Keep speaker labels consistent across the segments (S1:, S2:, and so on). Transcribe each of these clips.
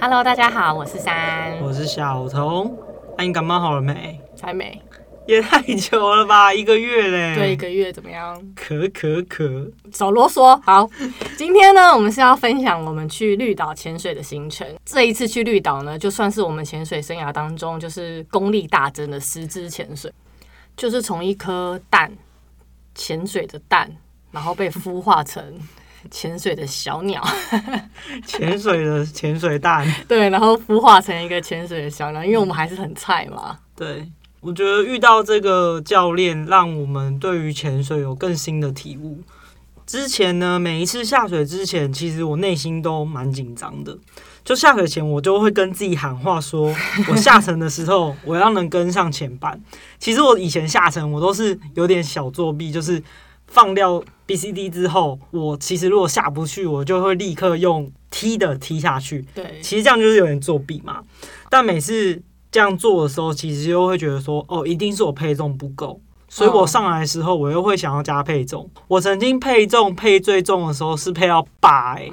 S1: Hello，大家好，我是三，
S2: 我是小童。那、你感冒好了没？
S1: 才美，
S2: 也太久了吧，一个月嘞。
S1: 对一，个月怎么样？
S2: 咳咳咳。
S1: 少啰嗦。好，今天呢，我们是要分享我们去绿岛潜水的行程。这一次去绿岛呢，就算是我们潜水生涯当中就是功力大增的十支潜水，就是从一颗蛋，潜水的蛋，然后被孵化成 潜水的小鸟。
S2: 潜水的潜水蛋。
S1: 对，然后孵化成一个潜水的小鸟，因为我们还是很菜嘛。
S2: 对，我觉得遇到这个教练，让我们对于潜水有更新的体悟。之前呢，每一次下水之前，其实我内心都蛮紧张的。就下水前，我就会跟自己喊话说， 我下沉的时候，我要能跟上前板。其实我以前下沉，我都是有点小作弊，就是放掉 B、C、D 之后，我其实如果下不去，我就会立刻用踢的踢下去。
S1: 对，
S2: 其实这样就是有点作弊嘛。但每次这样做的时候，其实又会觉得说，哦，一定是我配重不够，所以我上来的时候，我又会想要加配重。我曾经配重配最重的时候是配到八、 欸，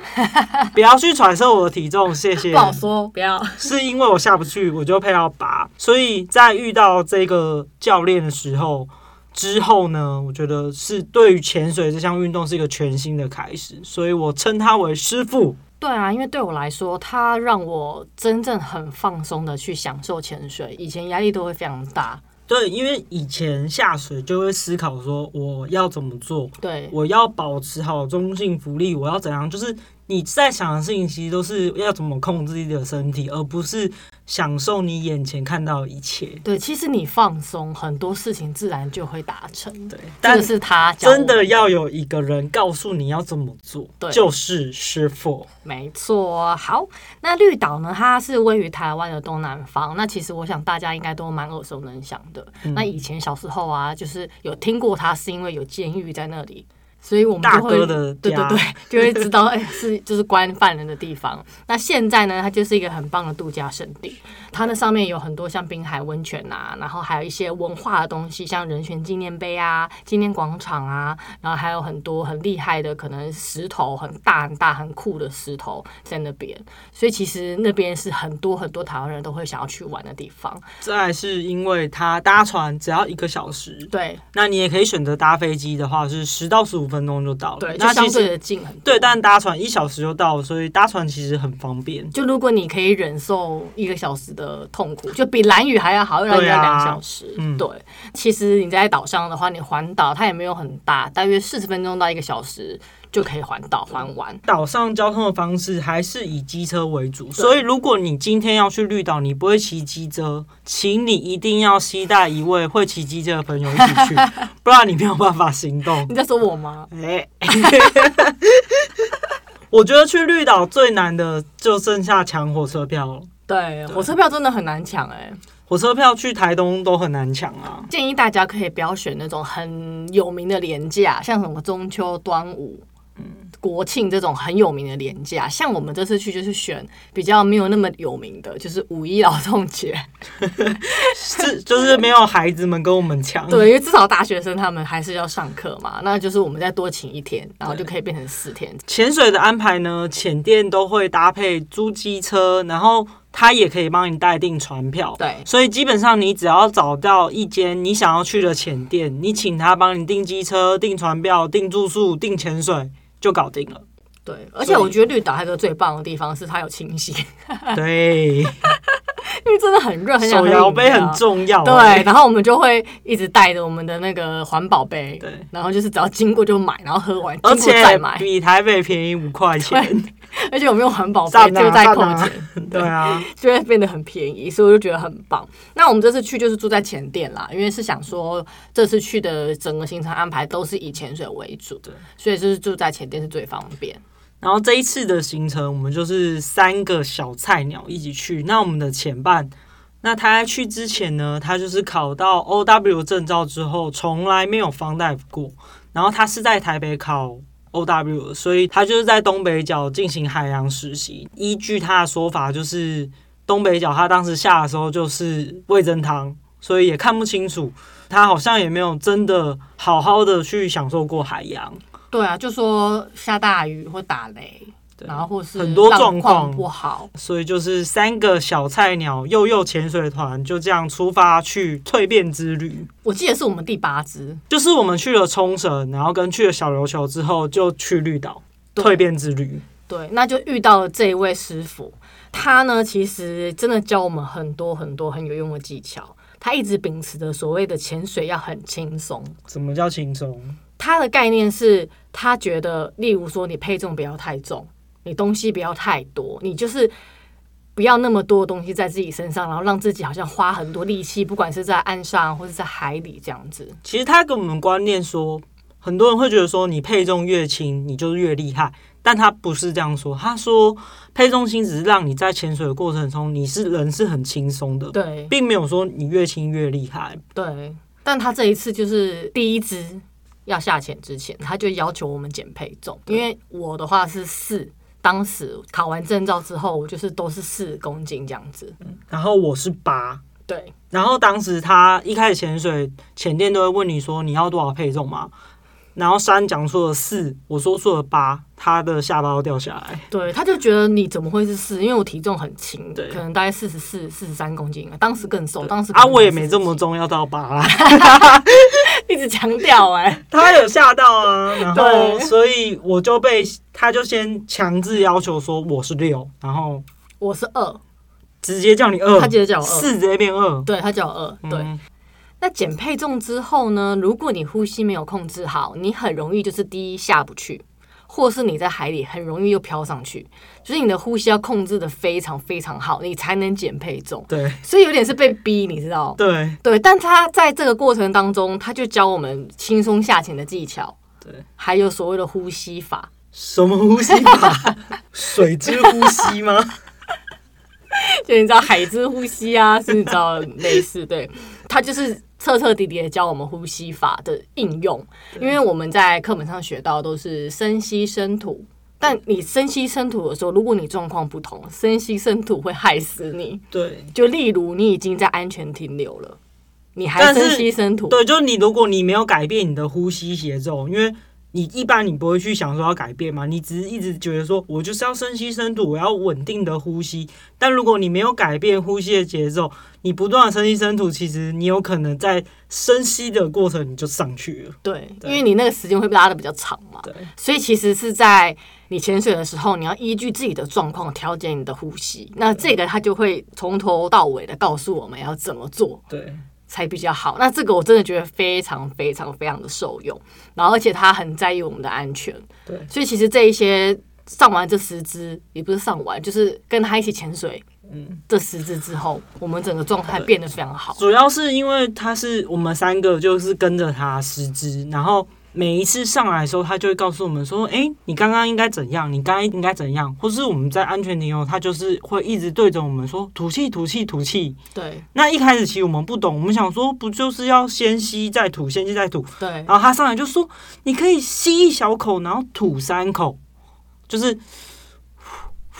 S2: 不要去揣测我的体重，谢谢
S1: 不。好说，不要。
S2: 是因为我下不去，我就配到八，所以在遇到这个教练的时候。之后呢，我觉得是对于潜水这项运动是一个全新的开始，所以我称他为师傅。
S1: 对啊，因为对我来说，它让我真正很放松的去享受潜水。以前压力都会非常大，
S2: 对，因为以前下水就会思考说我要怎么做，
S1: 对
S2: 我要保持好中性浮力，我要怎样？就是你在想的事情，其实都是要怎么控制自己的身体，而不是享受你眼前看到的一切。
S1: 对，其实你放松，很多事情自然就会达成。
S2: 对，
S1: 嗯这
S2: 但
S1: 个是他教我
S2: 真的要有一个人告诉你要怎么做
S1: 对，
S2: 就是师傅。
S1: 没错。好，那绿岛呢？它是位于台湾的东南方。那其实我想大家应该都蛮耳熟能详的。
S2: 嗯
S1: 那以前小时候啊，就是有听过它，是因为有监狱在那里，所以我们
S2: 大
S1: 就会
S2: 哥的
S1: 对对
S2: 家
S1: 对，就会知道哎、是就是关犯人的地方。那现在呢，它就是一个很棒的度假胜地。它那上面有很多像滨海温泉啊，然后还有一些文化的东西，像人权纪念碑啊、纪念广场啊，然后还有很多很厉害的可能石头，很大很大很酷的石头在那边。所以其实那边是很多很多台湾人都会想要去玩的地方。
S2: 再来是因为他搭船只要一个小时，
S1: 对
S2: 那你也可以选择搭飞机的话是十到十五分钟就到了。
S1: 对，就
S2: 那
S1: 相
S2: 其
S1: 对
S2: 实
S1: 的近很多。
S2: 对，但搭船一小时就到了，所以搭船其实很方便。
S1: 就如果你可以忍受一个小时的痛苦，就比蓝雨还要好，蓝雨
S2: 对
S1: 要
S2: 啊
S1: 两小时。
S2: 嗯
S1: 对，其实你在岛上的话，你环岛它也没有很大，大约四十分钟到一个小时就可以环岛环完。
S2: 岛上交通的方式还是以机车为主，所以如果你今天要去绿岛，你不会骑机车，请你一定要携带一位会骑机车的朋友一起去，不然你没有办法行动。
S1: 你在说我吗？
S2: 哎我觉得去绿岛最难的就剩下抢火车票了，
S1: 对，火车票真的很难抢哎、
S2: 火车票去台东都很难抢啊。
S1: 建议大家可以不要选那种很有名的廉价，像什么中秋、端午、国庆这种很有名的廉价。像我们这次去就是选比较没有那么有名的，就是五一劳动节。
S2: 是就是没有孩子们跟我们抢。
S1: 对，因为至少大学生他们还是要上课嘛，那就是我们再多请一天，然后就可以变成四天。
S2: 潜水的安排呢，潜店都会搭配租机车，然后它也可以帮你代订船票。
S1: 对
S2: 所以基本上你只要找到一间你想要去的潜店，你请他帮你订机车、订船票、订住宿、订潜水，就搞定了。
S1: 对，而且
S2: 所以
S1: 我觉得绿岛还有一个最棒的地方是它有清 洗，
S2: 对，
S1: 因为真的哎很热，很想
S2: 手
S1: 喝
S2: 摇
S1: 饮
S2: 杯
S1: 料
S2: 很。重要。啊
S1: 对，，然后我们就会一直带着我们的那个环保杯，
S2: 对，
S1: 然后就是只要经过就买，然后喝完
S2: 而
S1: 经过再
S2: 且
S1: 买，
S2: 比台北便宜五块钱。
S1: 而且我们用环保杯
S2: 赞啊
S1: 就在扣
S2: 赞啊
S1: 钱，
S2: 对啊，
S1: 就会变得很便宜，所以我就觉得很棒。那我们这次去就是住在前店啦，因为是想说这次去的整个行程安排都是以潜水为主，
S2: 对，
S1: 所以就是住在前店是最方便。
S2: 然后这一次的行程，我们就是三个小菜鸟一起去。那我们的前伴，那他在去之前呢，他就是考到 OW 证照之后，从来没有方大夫过。然后他是在台北考 OW，的所以他就是在东北角进行海洋实习。依据他的说法，就是东北角他当时下的时候就是味噌汤，所以也看不清楚。他好像也没有真的好好的去享受过海洋。
S1: 对啊，就说下大雨或打雷，然后或是
S2: 很多
S1: 浪
S2: 状况
S1: 不好，
S2: 所以就是三个小菜鸟幼幼潜水团就这样出发去蜕变之旅。
S1: 我记得是我们第八支
S2: 就是我们去了冲绳，然后跟去了小琉球之后，就去绿岛
S1: 对
S2: 蜕变之旅。
S1: 对，那就遇到了这一位师傅，他呢其实真的教我们很多很多很有用的技巧。他一直秉持着所谓的潜水要很轻松，
S2: 什么叫轻松？
S1: 他的概念是，他觉得，例如说你配重不要太重，你东西不要太多，你就是不要那么多东西在自己身上，然后让自己好像花很多力气，不管是在岸上或是在海里这样子。
S2: 其实他给我们观念说，很多人会觉得说你配重越轻，你就是越厉害，但他不是这样说。他说配重轻只是让你在潜水的过程中，你是人是很轻松的，
S1: 对
S2: 并没有说你越轻越厉害。
S1: 对，但他这一次就是第一支要下潜之前，他就要求我们减配重，因为我的话是四。当时考完证照之后，我就是都是四公斤这样子。
S2: 然后我是八。
S1: 对，
S2: 然后当时他一开始潜水，潜店都会问你说你要多少配重吗？然后三讲错了四，我说错了八，他的下巴都掉下来。
S1: 对，他就觉得你怎么会是四？因为我体重很轻，
S2: 对
S1: 可能大概四十四、四十三公斤，啊当时更瘦，当时可
S2: 啊，
S1: 能
S2: 我也没
S1: 47
S2: 这么，重，要到八啦。
S1: 一直强调哎，
S2: 他有吓 到啊，然后
S1: 对
S2: 所以我就被他就先强制要求说我是六，然后
S1: 我是二，
S2: 直接叫你二，
S1: 他直接叫我二
S2: 四直接变二。
S1: 对他叫我二，对。
S2: 嗯
S1: 那减配重之后呢，如果你呼吸没有控制好，你很容易就是第一下不去，或是你在海里很容易又飘上去，就是你的呼吸要控制的非常非常好，你才能减配重。
S2: 对
S1: 所以有点是被逼，你知道？
S2: 对
S1: 对，但他在这个过程当中，他就教我们轻松下潜的技巧，
S2: 对，
S1: 还有所谓的呼吸法。
S2: 什么呼吸 法？水之呼吸吗？
S1: 就你知道海之呼吸啊， 是你知道类似对，它就是彻彻底底的教我们呼吸法的应用，因为我们在课本上学到都是深吸深吐。但你深吸深吐的时候，如果你状况不同，深吸深吐会害死你。
S2: 对
S1: 就例如你已经在安全停留了，你还
S2: 但是
S1: 深吸深吐，
S2: 对，就是你如果你没有改变你的呼吸节奏，因为。你一般你不会去想说要改变嘛，你只是一直觉得说，我就是要深吸深吐，我要稳定的呼吸。但如果你没有改变呼吸的节奏，你不断的深吸深吐，其实你有可能在深吸的过程你就上去了。
S1: 对，
S2: 对
S1: 因为你那个时间会拉的比较长嘛。
S2: 对，
S1: 所以其实是在你潜水的时候，你要依据自己的状况调节你的呼吸。那这个他就会从头到尾的告诉我们要怎么做
S2: 对，
S1: 才比较好。那这个我真的觉得非常非常非常的受用，然后而且他很在意我们的安全。
S2: 对
S1: 所以其实这一些上完这十支，也不是上完，就是跟他一起潜水。
S2: 嗯，
S1: 这十支之后，我们整个状态变得非常好。
S2: 主要是因为他是我们三个就是跟着他十只，然后每一次上来的时候，他就会告诉我们说：“诶，你刚刚应该怎样，你刚刚应该怎样。”或是我们在安全停留，他就是会一直对着我们说：“吐气，吐气，吐气。
S1: 对”
S2: 那一开始其实我们不懂，我们想说不就是要先吸再吐，先吸再吐。
S1: 对
S2: 然后他上来就说：“你可以吸一小口，然后吐三口，就是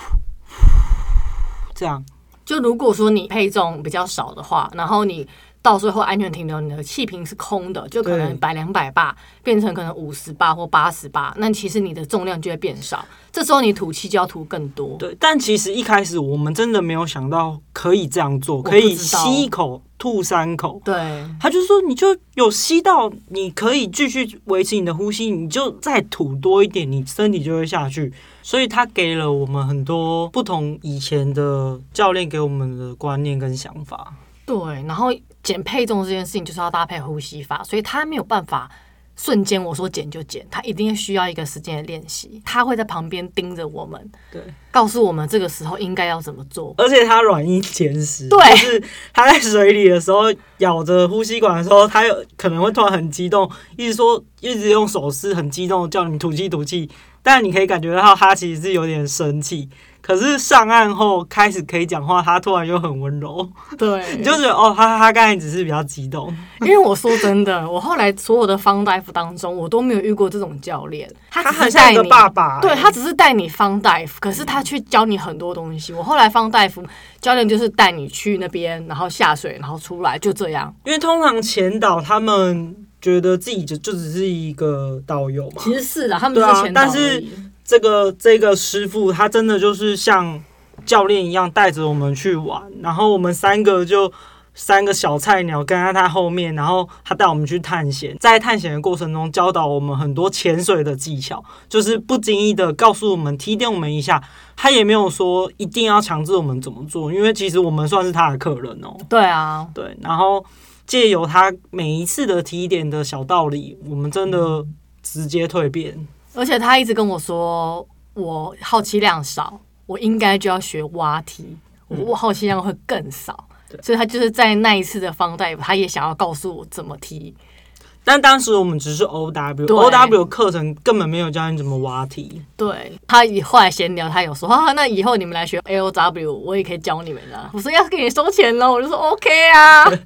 S2: 这样。”
S1: 就如果说你配重比较少的话，然后你到最后安全停留，你的气瓶是空的，就可能
S2: 对
S1: 百两百八变成可能五十八或八十八，那其实你的重量就会变少，这时候你吐气就要吐更多。
S2: 对，但其实一开始我们真的没有想到可以这样做，
S1: 不
S2: 可以
S1: 知道
S2: 吸一口吐三口。
S1: 对
S2: 他就说，你就有吸到，你可以继续维持你的呼吸，你就再吐多一点，你身体就会下去。所以他给了我们很多不同以前的教练给我们的观念跟想法。
S1: 对，然后减配重这件事情就是要搭配呼吸法，所以他没有办法。瞬间我说减就减，他一定需要一个时间的练习，他会在旁边盯着我们，
S2: 对，
S1: 告诉我们这个时候应该要怎么做。
S2: 而且他软硬兼施，
S1: 对
S2: 就是他在水里的时候咬着呼吸管的时候，他有可能会突然很激动，一直说，一直用手势很激动地叫你吐气吐气，但你可以感觉到他其实是有点生气。可是上岸后开始可以讲话，他突然又很温柔，
S1: 对，
S2: 你就觉得哦，他他刚才只是比较激动，
S1: 因为我说真的，我后来所有的方大夫当中，我都没有遇过这种教练，他只
S2: 很
S1: 是
S2: 像
S1: 带
S2: 一个
S1: 你，
S2: 爸欸爸、
S1: 对他只是带你方大夫，可是他去教你很多东西。我后来方大夫教练就是带你去那边，然后下水，然后出来，就这样。
S2: 因为通常前导他们觉得自己就就只是一个导游嘛，
S1: 其实是的，他们
S2: 对
S1: 之
S2: 啊
S1: 前导而已、
S2: 但是这个这个师傅他真的就是像教练一样带着我们去玩，然后我们三个就三个小菜鸟跟在他后面，然后他带我们去探险，在探险的过程中教导我们很多潜水的技巧，就是不经意的告诉我们提点我们一下，他也没有说一定要强制我们怎么做，因为其实我们算是他的客人哦、
S1: 对啊，
S2: 对，然后借由他每一次的提点的小道理，我们真的直接蜕变。
S1: 而且他一直跟我说，我好奇量少，我应该就要学蛙踢，
S2: 嗯
S1: 我好奇量会更少。所以他就是在那一次的方大夫，他也想要告诉我怎么踢。
S2: 但当时我们只是 O W
S1: 对
S2: O W 课程根本没有教你怎么挖题，
S1: 对他以后来闲聊，他有说啊，那以后你们来学 L O W，我也可以教你们啊。我说要给你收钱喽，我就说 OK 啊，就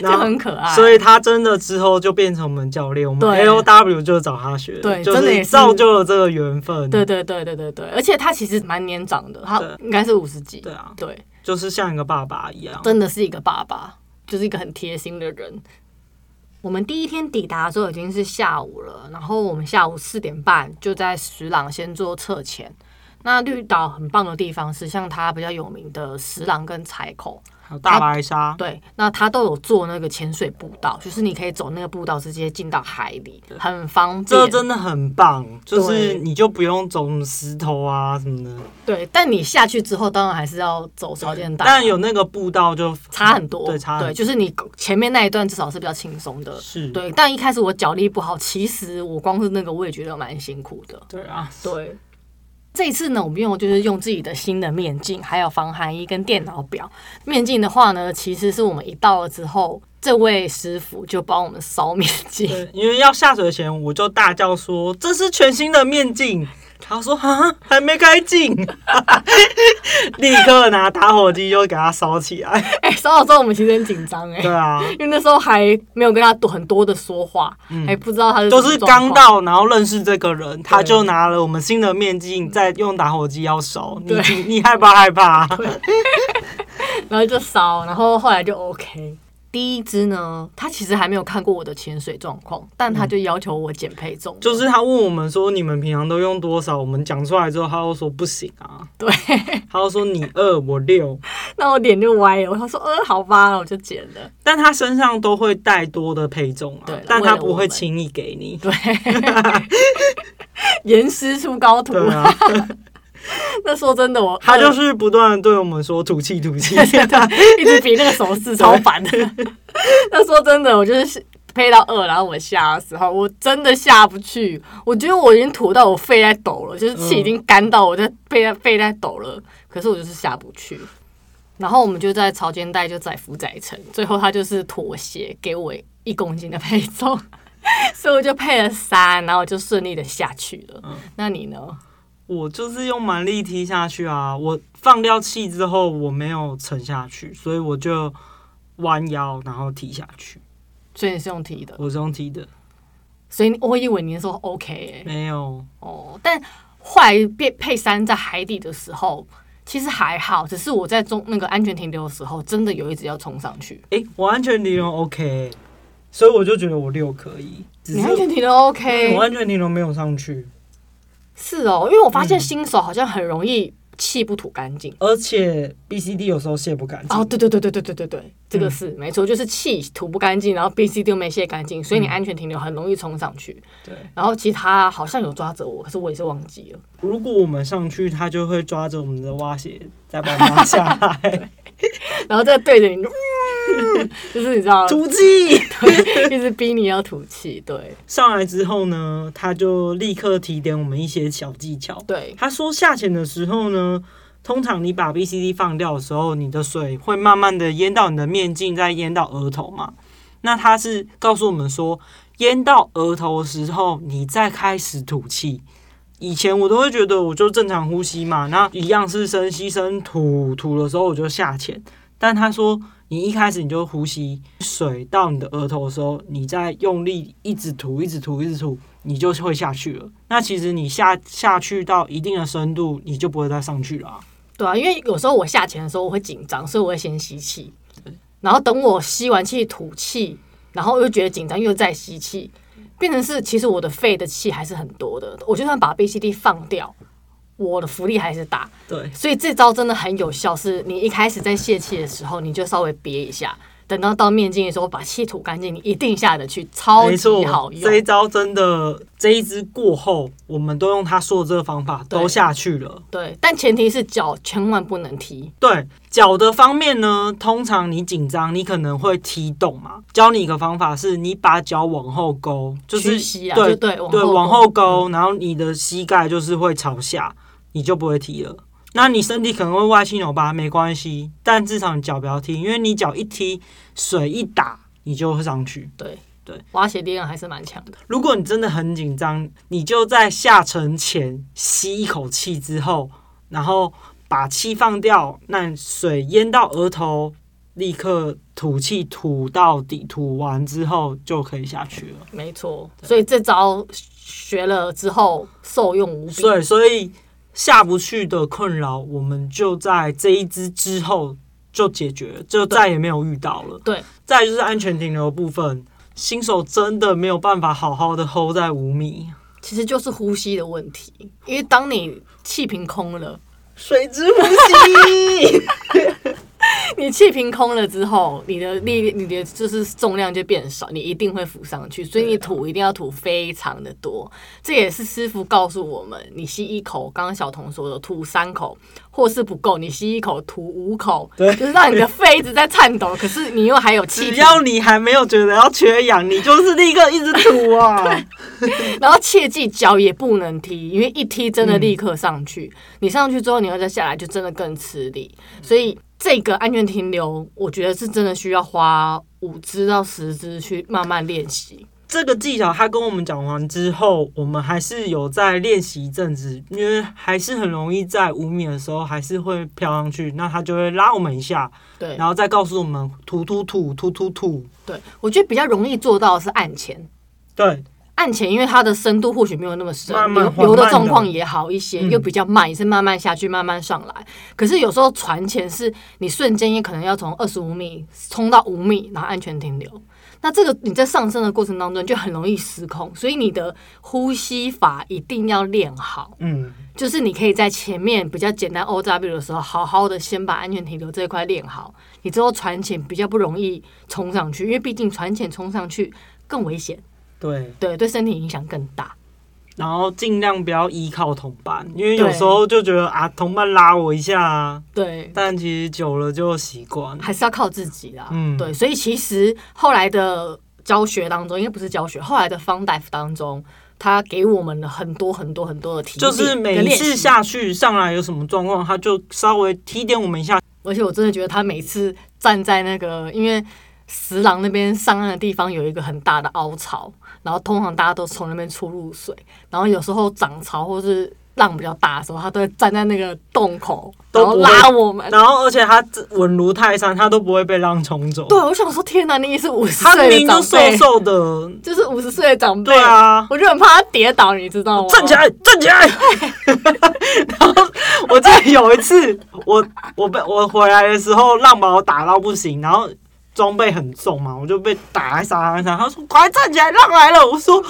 S2: 然后
S1: 很可爱。
S2: 所以他真的之后就变成我们教练，我们
S1: 对
S2: A O W 就找他学，
S1: 对
S2: 就
S1: 真的也是
S2: 造就了这个缘分，
S1: 对对对对对对，而且他其实蛮年长的，他
S2: 对
S1: 应该是五十几，
S2: 对啊，
S1: 对，
S2: 就是像一个爸爸一样。
S1: 真的是一个爸爸，就是一个很贴心的人。我们第一天抵达的时候已经是下午了，然后我们下午四点半就在石朗先做测潜。那绿岛很棒的地方是，像它比较有名的石朗跟柴口，
S2: 还有大白鲨，
S1: 对，那它都有做那个潜水步道，就是你可以走那个步道直接进到海里，很方便。
S2: 这真的很棒，就是
S1: 对
S2: 你就不用走什么石头啊什么的，
S1: 对，但你下去之后，当然还是要走潮间带啊，
S2: 但有那个步道就
S1: 差很多，
S2: 对，差很多
S1: 就是你前面那一段至少是比较轻松的，
S2: 是，
S1: 对。但一开始我脚力不好，其实我光是那个我也觉得蛮辛苦的，
S2: 对啊，
S1: 对。这一次呢，我们用就是用自己的新的面镜，还有防寒衣跟电脑表。面镜的话呢，其实是我们一到了之后，这位师傅就帮我们 烧面镜。
S2: 对， 因为要下水前我就大叫说这是全新的面镜，他说啊还没开镜， 立刻拿打火机就给它烧起 来。
S1: 哎，烧好之后我们其实很紧张哎，
S2: 对啊，
S1: 因为那时候还没有跟他多很多的说话，还不知道他是
S2: 就
S1: 什么
S2: 嗯是
S1: 状
S2: 刚
S1: 况
S2: 到，然后认识这个人，他就拿了我们新的面镜，再用打火机要烧。你
S1: 对
S2: 你你害怕害怕？
S1: 然后就烧，然后后来就 OK。第一支呢，他其实还没有看过我的潜水状况，但他就要求我减配重，
S2: 嗯就是他问我们说你们平常都用多少，我们讲出来之后，他又说不行啊，
S1: 对，
S2: 他又说你二我六，
S1: 那我脸就歪了。我说呃，好吧，然后我就减了。
S2: 但他身上都会带多的配重啊
S1: 对了，
S2: 但
S1: 为
S2: 他
S1: 了我
S2: 不会
S1: 们
S2: 轻易给你。
S1: 严师出高徒，
S2: 对啊。
S1: 那说真的我，
S2: 他就是不断的对我们说吐气吐 气，
S1: 一直比那个手势超烦的。 那说真的，我就是配到二，然后我下的时候，我真的下不去。我觉得我已经吐到我肺在抖了，就是气已经干到我在肺在肺在抖了，可是我就是下不去。然后我们就在潮间带就载浮载沉，最后他就是妥协给我一公斤的配重， 所以我就配了三，然后我就顺利的下去了。那你呢？
S2: 我就是用蛮力踢下去啊。我放掉气之后，我没有沉下去，所以我就弯腰然后踢下去。
S1: 所以你是用提的，
S2: 我是用踢的，
S1: 所以我以为你是说 OK 欸
S2: 没有。
S1: 哦，但后来变佩珊在海底的时候，其实还好，只是我在中那个安全停留的时候，真的有一直要冲上去。
S2: 诶，我安全尼龙 OK，、所以我就觉得我六可以。只
S1: 你
S2: 是
S1: 安全停留
S2: 我
S1: OK，
S2: 安全尼龙没有上去，
S1: 是哦，因为我发现新手好像很容易气不吐干净。
S2: 而且 BCD 有时候卸不干净。
S1: 哦，对对对对对对对对，这个
S2: 嗯
S1: 是、没错，就是气吐不干净，然后 B、C 都没泄干净，所以你安全停留很容易冲上去。
S2: 对，
S1: 然后其他好像有抓着我，可是我也是忘记了。
S2: 如果我们上去，他就会抓着我们的蛙鞋再把我们拉下 来，
S1: 然后再对着你，嗯就是你知 道，
S2: 吐气。
S1: 一直逼你要吐气。对
S2: 上来之后呢，他就立刻提点我们一些小技巧。
S1: 对，
S2: 他说下潜的时候呢，通常你把 BCD 放掉的时候，你的水会慢慢的淹到你的面镜，再淹到额头嘛。那他是告诉我们说，淹到额头的时候，你再开始吐气。以前我都会觉得我就正常呼吸嘛，那一样是深吸深吐，吐的时候我就下潜。但他说，你一开始你就呼吸，水到你的额头的时候，你再用力一直吐，一直吐，一直吐，你就会下去了。那其实你下下去到一定的深度，你就不会再上去了啊、
S1: 对啊，因为有时候我下潜的时候我会紧张，所以我会先吸气，然后等我吸完气吐气，然后又觉得紧张，又再吸气。变成是其实我的肺的气还是很多的。我就算把 BCD 放掉，我的浮力还是大。
S2: 对，
S1: 所以这招真的很有效，是你一开始在泄气的时候，你就稍微憋一下，等到到面筋的时候把气吐干净，你一定下得去，超
S2: 没
S1: 级
S2: 错
S1: 好，
S2: 这一
S1: 用。
S2: 招真的，这一支过后，我们都用他说的这个方法
S1: 对
S2: 都下去了。
S1: 对，但前提是脚千万不能踢。
S2: 对脚的方面呢，通常你紧张，你可能会踢动嘛。教你一个方法是，你把脚往后勾，就是
S1: 屈膝啊
S2: 对
S1: 就对往
S2: 对
S1: 后
S2: 往
S1: 勾嗯
S2: 后勾，然后你的膝盖就是会朝下，你就不会踢了。那你身体可能会歪七扭八，没关系，但至少你脚不要踢，因为你脚一踢，水一打，你就会上去。
S1: 对
S2: 对，
S1: 挖鞋力量还是蛮强的。
S2: 如果你真的很紧张，你就在下沉前吸一口气之后，然后把气放掉，那水淹到额头，立刻吐气吐到底，吐完之后就可以下去了。
S1: 没错，所以这招学了之后受用无比。
S2: 所以，所以下不去的困扰，我们就在这一支之后就解决，就再也没有遇到了。
S1: 对，
S2: 再来就是安全停留的部分，新手真的没有办法好好的 hold 在五米，
S1: 其实就是呼吸的问题，因为当你气瓶空了，
S2: 水之呼吸。
S1: 你气瓶空了之后，你的力，你的就是重量就变少，你一定会浮上去，所以你吐一定要吐非常的多。这也是师傅告诉我们，你吸一口，刚刚小童说的，吐三口，或是不够，你吸一口，吐五口，
S2: 对
S1: 就是让你的肺一直在颤抖，可是你又还有气
S2: 只
S1: 瓶，
S2: 要你还没有觉得要缺氧，你就是立刻一直吐 啊！
S1: 然后切记脚也不能踢，因为一踢真的立刻上去，你上去之后你要再下来就真的更吃力。所以这个安全停留，我觉得是真的需要花五支到十支去慢慢练习。
S2: 这个技巧他跟我们讲完之后，我们还是有在练习一阵子，因为还是很容易在五米的时候还是会飘上去，那他就会拉我们一下，
S1: 对
S2: 然后再告诉我们吐吐吐吐吐吐。
S1: 对，我觉得比较容易做到的是按前。
S2: 对，
S1: 按前，因为它的深度或许没有那么深，
S2: 慢慢
S1: 流
S2: 缓
S1: 流的
S2: 慢
S1: 状
S2: 的
S1: 况也好一些，
S2: 嗯
S1: 又比较慢，也是慢慢下去，慢慢上来。可是有时候船前是你瞬间也可能要从二十五米冲到五米，然后安全停留。那这个你在上升的过程当中就很容易失控，所以你的呼吸法一定要练好。
S2: 嗯，
S1: 就是你可以在前面比较简单 O W 的时候，好好的先把安全停留这一块练好，你之后船前比较不容易冲上去，因为毕竟船前冲上去更危险。
S2: 对，
S1: 对，对身体影响更大。
S2: 然后尽量不要依靠同伴，因为
S1: 对
S2: 有时候就觉得啊，同伴拉我一下啊，
S1: 对，
S2: 但其实久了就习惯。
S1: 还是要靠自己啦。
S2: 嗯
S1: 对，所以其实后来的教学当中，应该不是教学，后来的方大夫当中，他给我们了很多很多很多的提
S2: 就
S1: 炼
S2: 是每
S1: 跟
S2: 一
S1: 练
S2: 次
S1: 习，
S2: 下去上来有什么状况，他就稍微提点我们一下，
S1: 而且我真的觉得他每次站在那个，因为石廊那边上岸的地方有一个很大的凹槽，然后通常大家都从那边出入水，然后有时候涨潮或是浪比较大的时候，他都会站在那个洞口，然
S2: 都
S1: 后
S2: 不会
S1: 拉我们。
S2: 然后而且他这稳如泰山，他都不会被浪冲走。
S1: 对，，我想说，天哪，你也是五十
S2: 他
S1: 岁
S2: 明
S1: 的
S2: 明就
S1: 长
S2: 瘦
S1: 辈，
S2: 瘦的，
S1: 就是五十岁的长辈
S2: 对 啊，
S1: 我就很怕他跌倒，你知道吗？
S2: 站起，来，站 起来。然后我记得有一次，我我被我回来的时候，浪把我打到不行，然后装备很重嘛，我就被打在沙滩上。他说：“快站起来，浪来了！”我说：“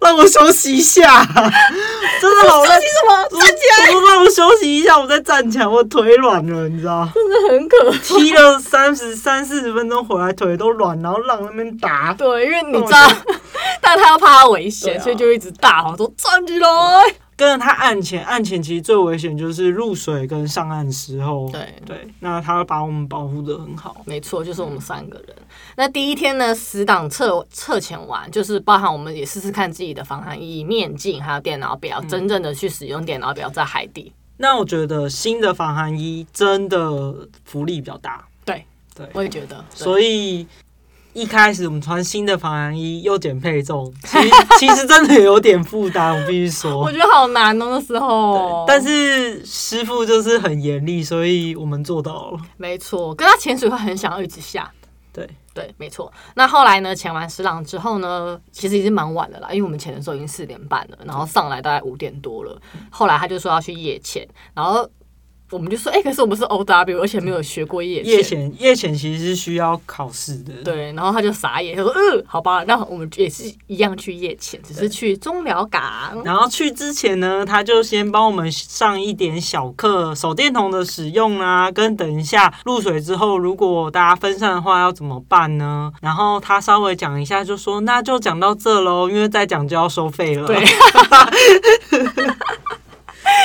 S2: 让我休息一下。” 真的好累，
S1: 什么？
S2: 站起来！我说让我休息一下，我再站起来，我腿软了，你知道？
S1: 真的很可怕。
S2: 踢了三十三四十分钟回来，腿都软，然后让那边打。
S1: 对，因为你
S2: 我
S1: 知道
S2: 觉，
S1: 但他又怕他危险，
S2: 对啊
S1: 所以就一直大吼说：“站起来
S2: 跟着他岸前，岸前其实最危险就是入水跟上岸时候。！”
S1: 对，
S2: 对，那他把我们保护的很好。
S1: 没错，就是我们三个人。那第一天呢，死党测测潜完，就是包含我们也试试看自己的防寒衣、面镜，还有电脑表，真正的去使用电脑表在海底。
S2: 那我觉得新的防寒衣真的福利比较大，
S1: 对，
S2: 对
S1: 我也觉得，以
S2: 所以一开始我们穿新的防寒衣又减配重，其实其实真的有点负担，我必须说。
S1: 我觉得好难哦，那时候。
S2: 但是师傅就是很严厉，所以我们做到了。
S1: 没错，跟他潜水会很想要一直下。
S2: 对
S1: 对，没错。那后来呢？潜完石浪之后呢，其实已经蛮晚了啦，因为我们潜的时候已经四点半了，然后上来大概五点多了。后来他就说要去夜潜，然后我们就说，哎、可是我们是 OW，而且没有学过夜
S2: 夜潜夜潜其实是需要考试的，
S1: 对，然后他就傻眼，他说：“嗯，好吧，那我们也是一样去夜潜，只是去中寮港。
S2: 然后去之前呢，他就先帮我们上一点小课，手电筒的使用啊，跟等一下入水之后，如果大家分散的话要怎么办呢？然后他稍微讲一下，就说那就讲到这喽，因为再讲就要收费了。
S1: 对，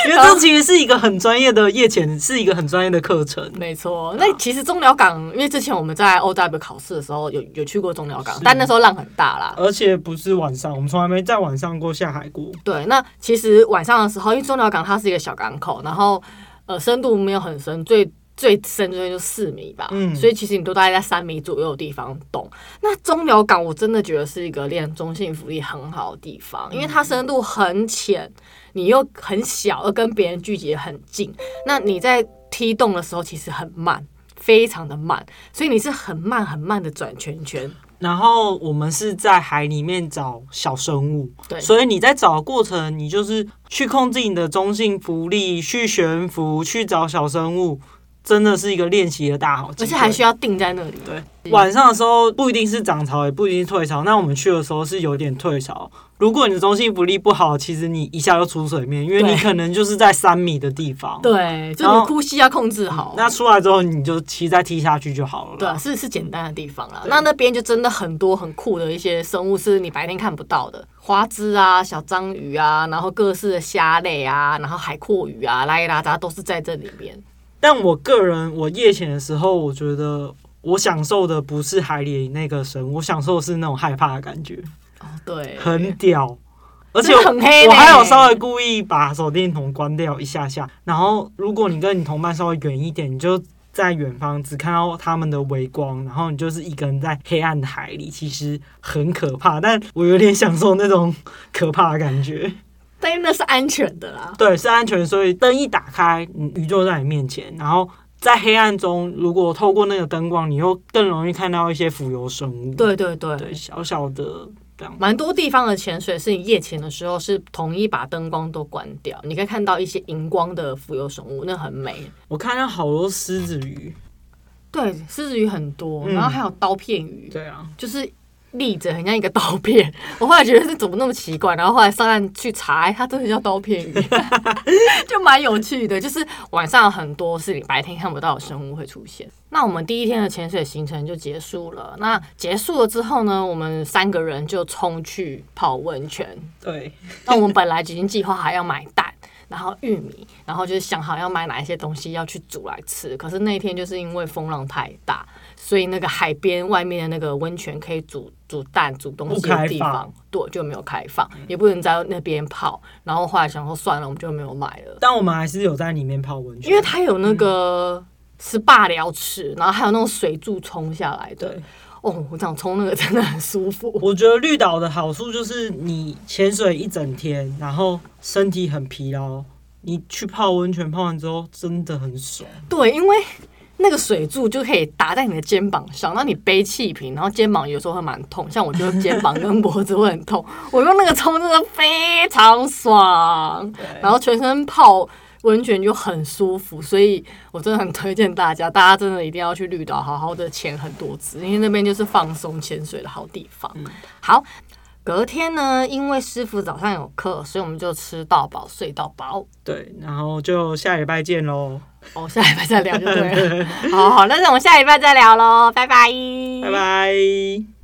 S2: 因为这其实是一个很专业的夜潜，是一个很专业的课程。
S1: 没
S2: 啊
S1: 错。那其实中寮港，因为之前我们在 OW 考试的时候有有去过中寮港
S2: 是，
S1: 但那时候浪很大啦。
S2: 而且不是晚上，我们从来没在晚上过下海过。
S1: 对，那其实晚上的时候，因为中寮港它是一个小港口，然后呃深度没有很深，最最深最多就四米吧，
S2: 嗯
S1: 所以其实你都大概在三米左右的地方动。那中寮港我真的觉得是一个练中性浮力很好的地方，因为
S2: 嗯
S1: 它深度很浅，你又很小，又跟别人距离也很近，那你在踢动的时候其实很慢。非常的慢，所以你是很慢很慢的转圈圈，
S2: 然后我们是在海里面找小生物，
S1: 对
S2: 所以你在找的过程，你就是去控制你的中性浮力，去悬浮，去找小生物，真的是一个练习的大好机
S1: 而
S2: 会。
S1: 且还需要定在那里。
S2: 对，晚上的时候不一定是涨潮，也不一定是退潮。那我们去的时候是有点退潮。如果你的中性浮力不好，其实你一下就出水面，因为
S1: 对
S2: 你可能就是在三米的地方。，
S1: 对，就
S2: 然
S1: 你
S2: 后
S1: 呼吸要控制好。
S2: 那出来之后你就其实再踢下去就好了。
S1: 对啊，是是简单的地方啦。那那边就真的很多很酷的一些生物，是你白天看不到的，花枝啊、小章鱼啊，然后各式的虾类啊，然后海阔鱼啊，拉一拉杂都是在这里面。
S2: 但我个人，我夜潜的时候，我觉得我享受的不是海里那个神，我享受的是那种害怕的感觉，
S1: 哦， 对，
S2: 很屌。而且
S1: 真的很黑嘞
S2: 我还有稍微故意把手电筒关掉一下下，然后如果你跟你同伴稍微远一点，你就在远方只看到他们的微光，然后你就是一个人在黑暗的海里，其实很可怕。但我有点享受那种可怕的感觉。
S1: 但因为那是安全的啦。
S2: 对，是安全，所以灯一打开，嗯鱼就在你面前，然后。在黑暗中，如果透过那个灯光，你又更容易看到一些浮游生物。
S1: 对对对。
S2: 对，小小的这样。
S1: 蛮多地方的潜水是你夜潜的时候是统一把灯光都关掉，你可以看到一些荧光的浮游生物，那很美。
S2: 我看到好多狮子鱼。
S1: 对，狮子鱼很多，
S2: 嗯
S1: 然后还有刀片鱼，
S2: 对啊，
S1: 就是立着，很像一个刀片。 我后来觉得这怎么那么奇怪，然后后来上岸去查，哎它真的叫刀片鱼， 就蛮有趣的。就是晚上有很多是你白天看不到的生物会出现。那我们第一天的潜水行程就结束了。那结束了之后呢，我们三个人就冲去泡温泉。
S2: 对，
S1: 那我们本来已经计划还要买蛋。然后玉米，然后就是想好要买哪一些东西要去煮来吃。可是那一天就是因为风浪太大，所以那个海边外面的那个温泉可以煮煮蛋、煮东西
S2: 不开
S1: 的地
S2: 放
S1: 方，对，就没有开放，也不能在那边泡。然后后来想说算了，我们就没有买了，
S2: 但我们还是有在里面泡温泉。
S1: 因为它有那个 SPA 疗池，然后还有那种水柱冲下来的。
S2: 对，
S1: 哦，我想冲那个真的很舒服。
S2: 我觉得绿岛的好处就是你潜水一整天，然后身体很疲劳，你去泡温泉，泡完之后真的很爽。
S1: 对，因为那个水柱就可以打在你的肩膀上，那你背气瓶，然后肩膀有时候会蛮痛，像我觉得肩膀跟脖子会很痛，我用那个冲真的非常爽，然后全身泡。温泉就很舒服，所以我真的很推荐大家，大家真的一定要去绿岛好好的潜很多次，因为那边就是放松潜水的好地方。好，隔天呢，因为师傅早上有课，所以我们就吃到饱睡到饱。
S2: 对，然后就下礼拜见喽，
S1: 哦，下礼拜再聊就对了。好好，那我们下礼拜再聊喽，拜拜，
S2: 拜拜。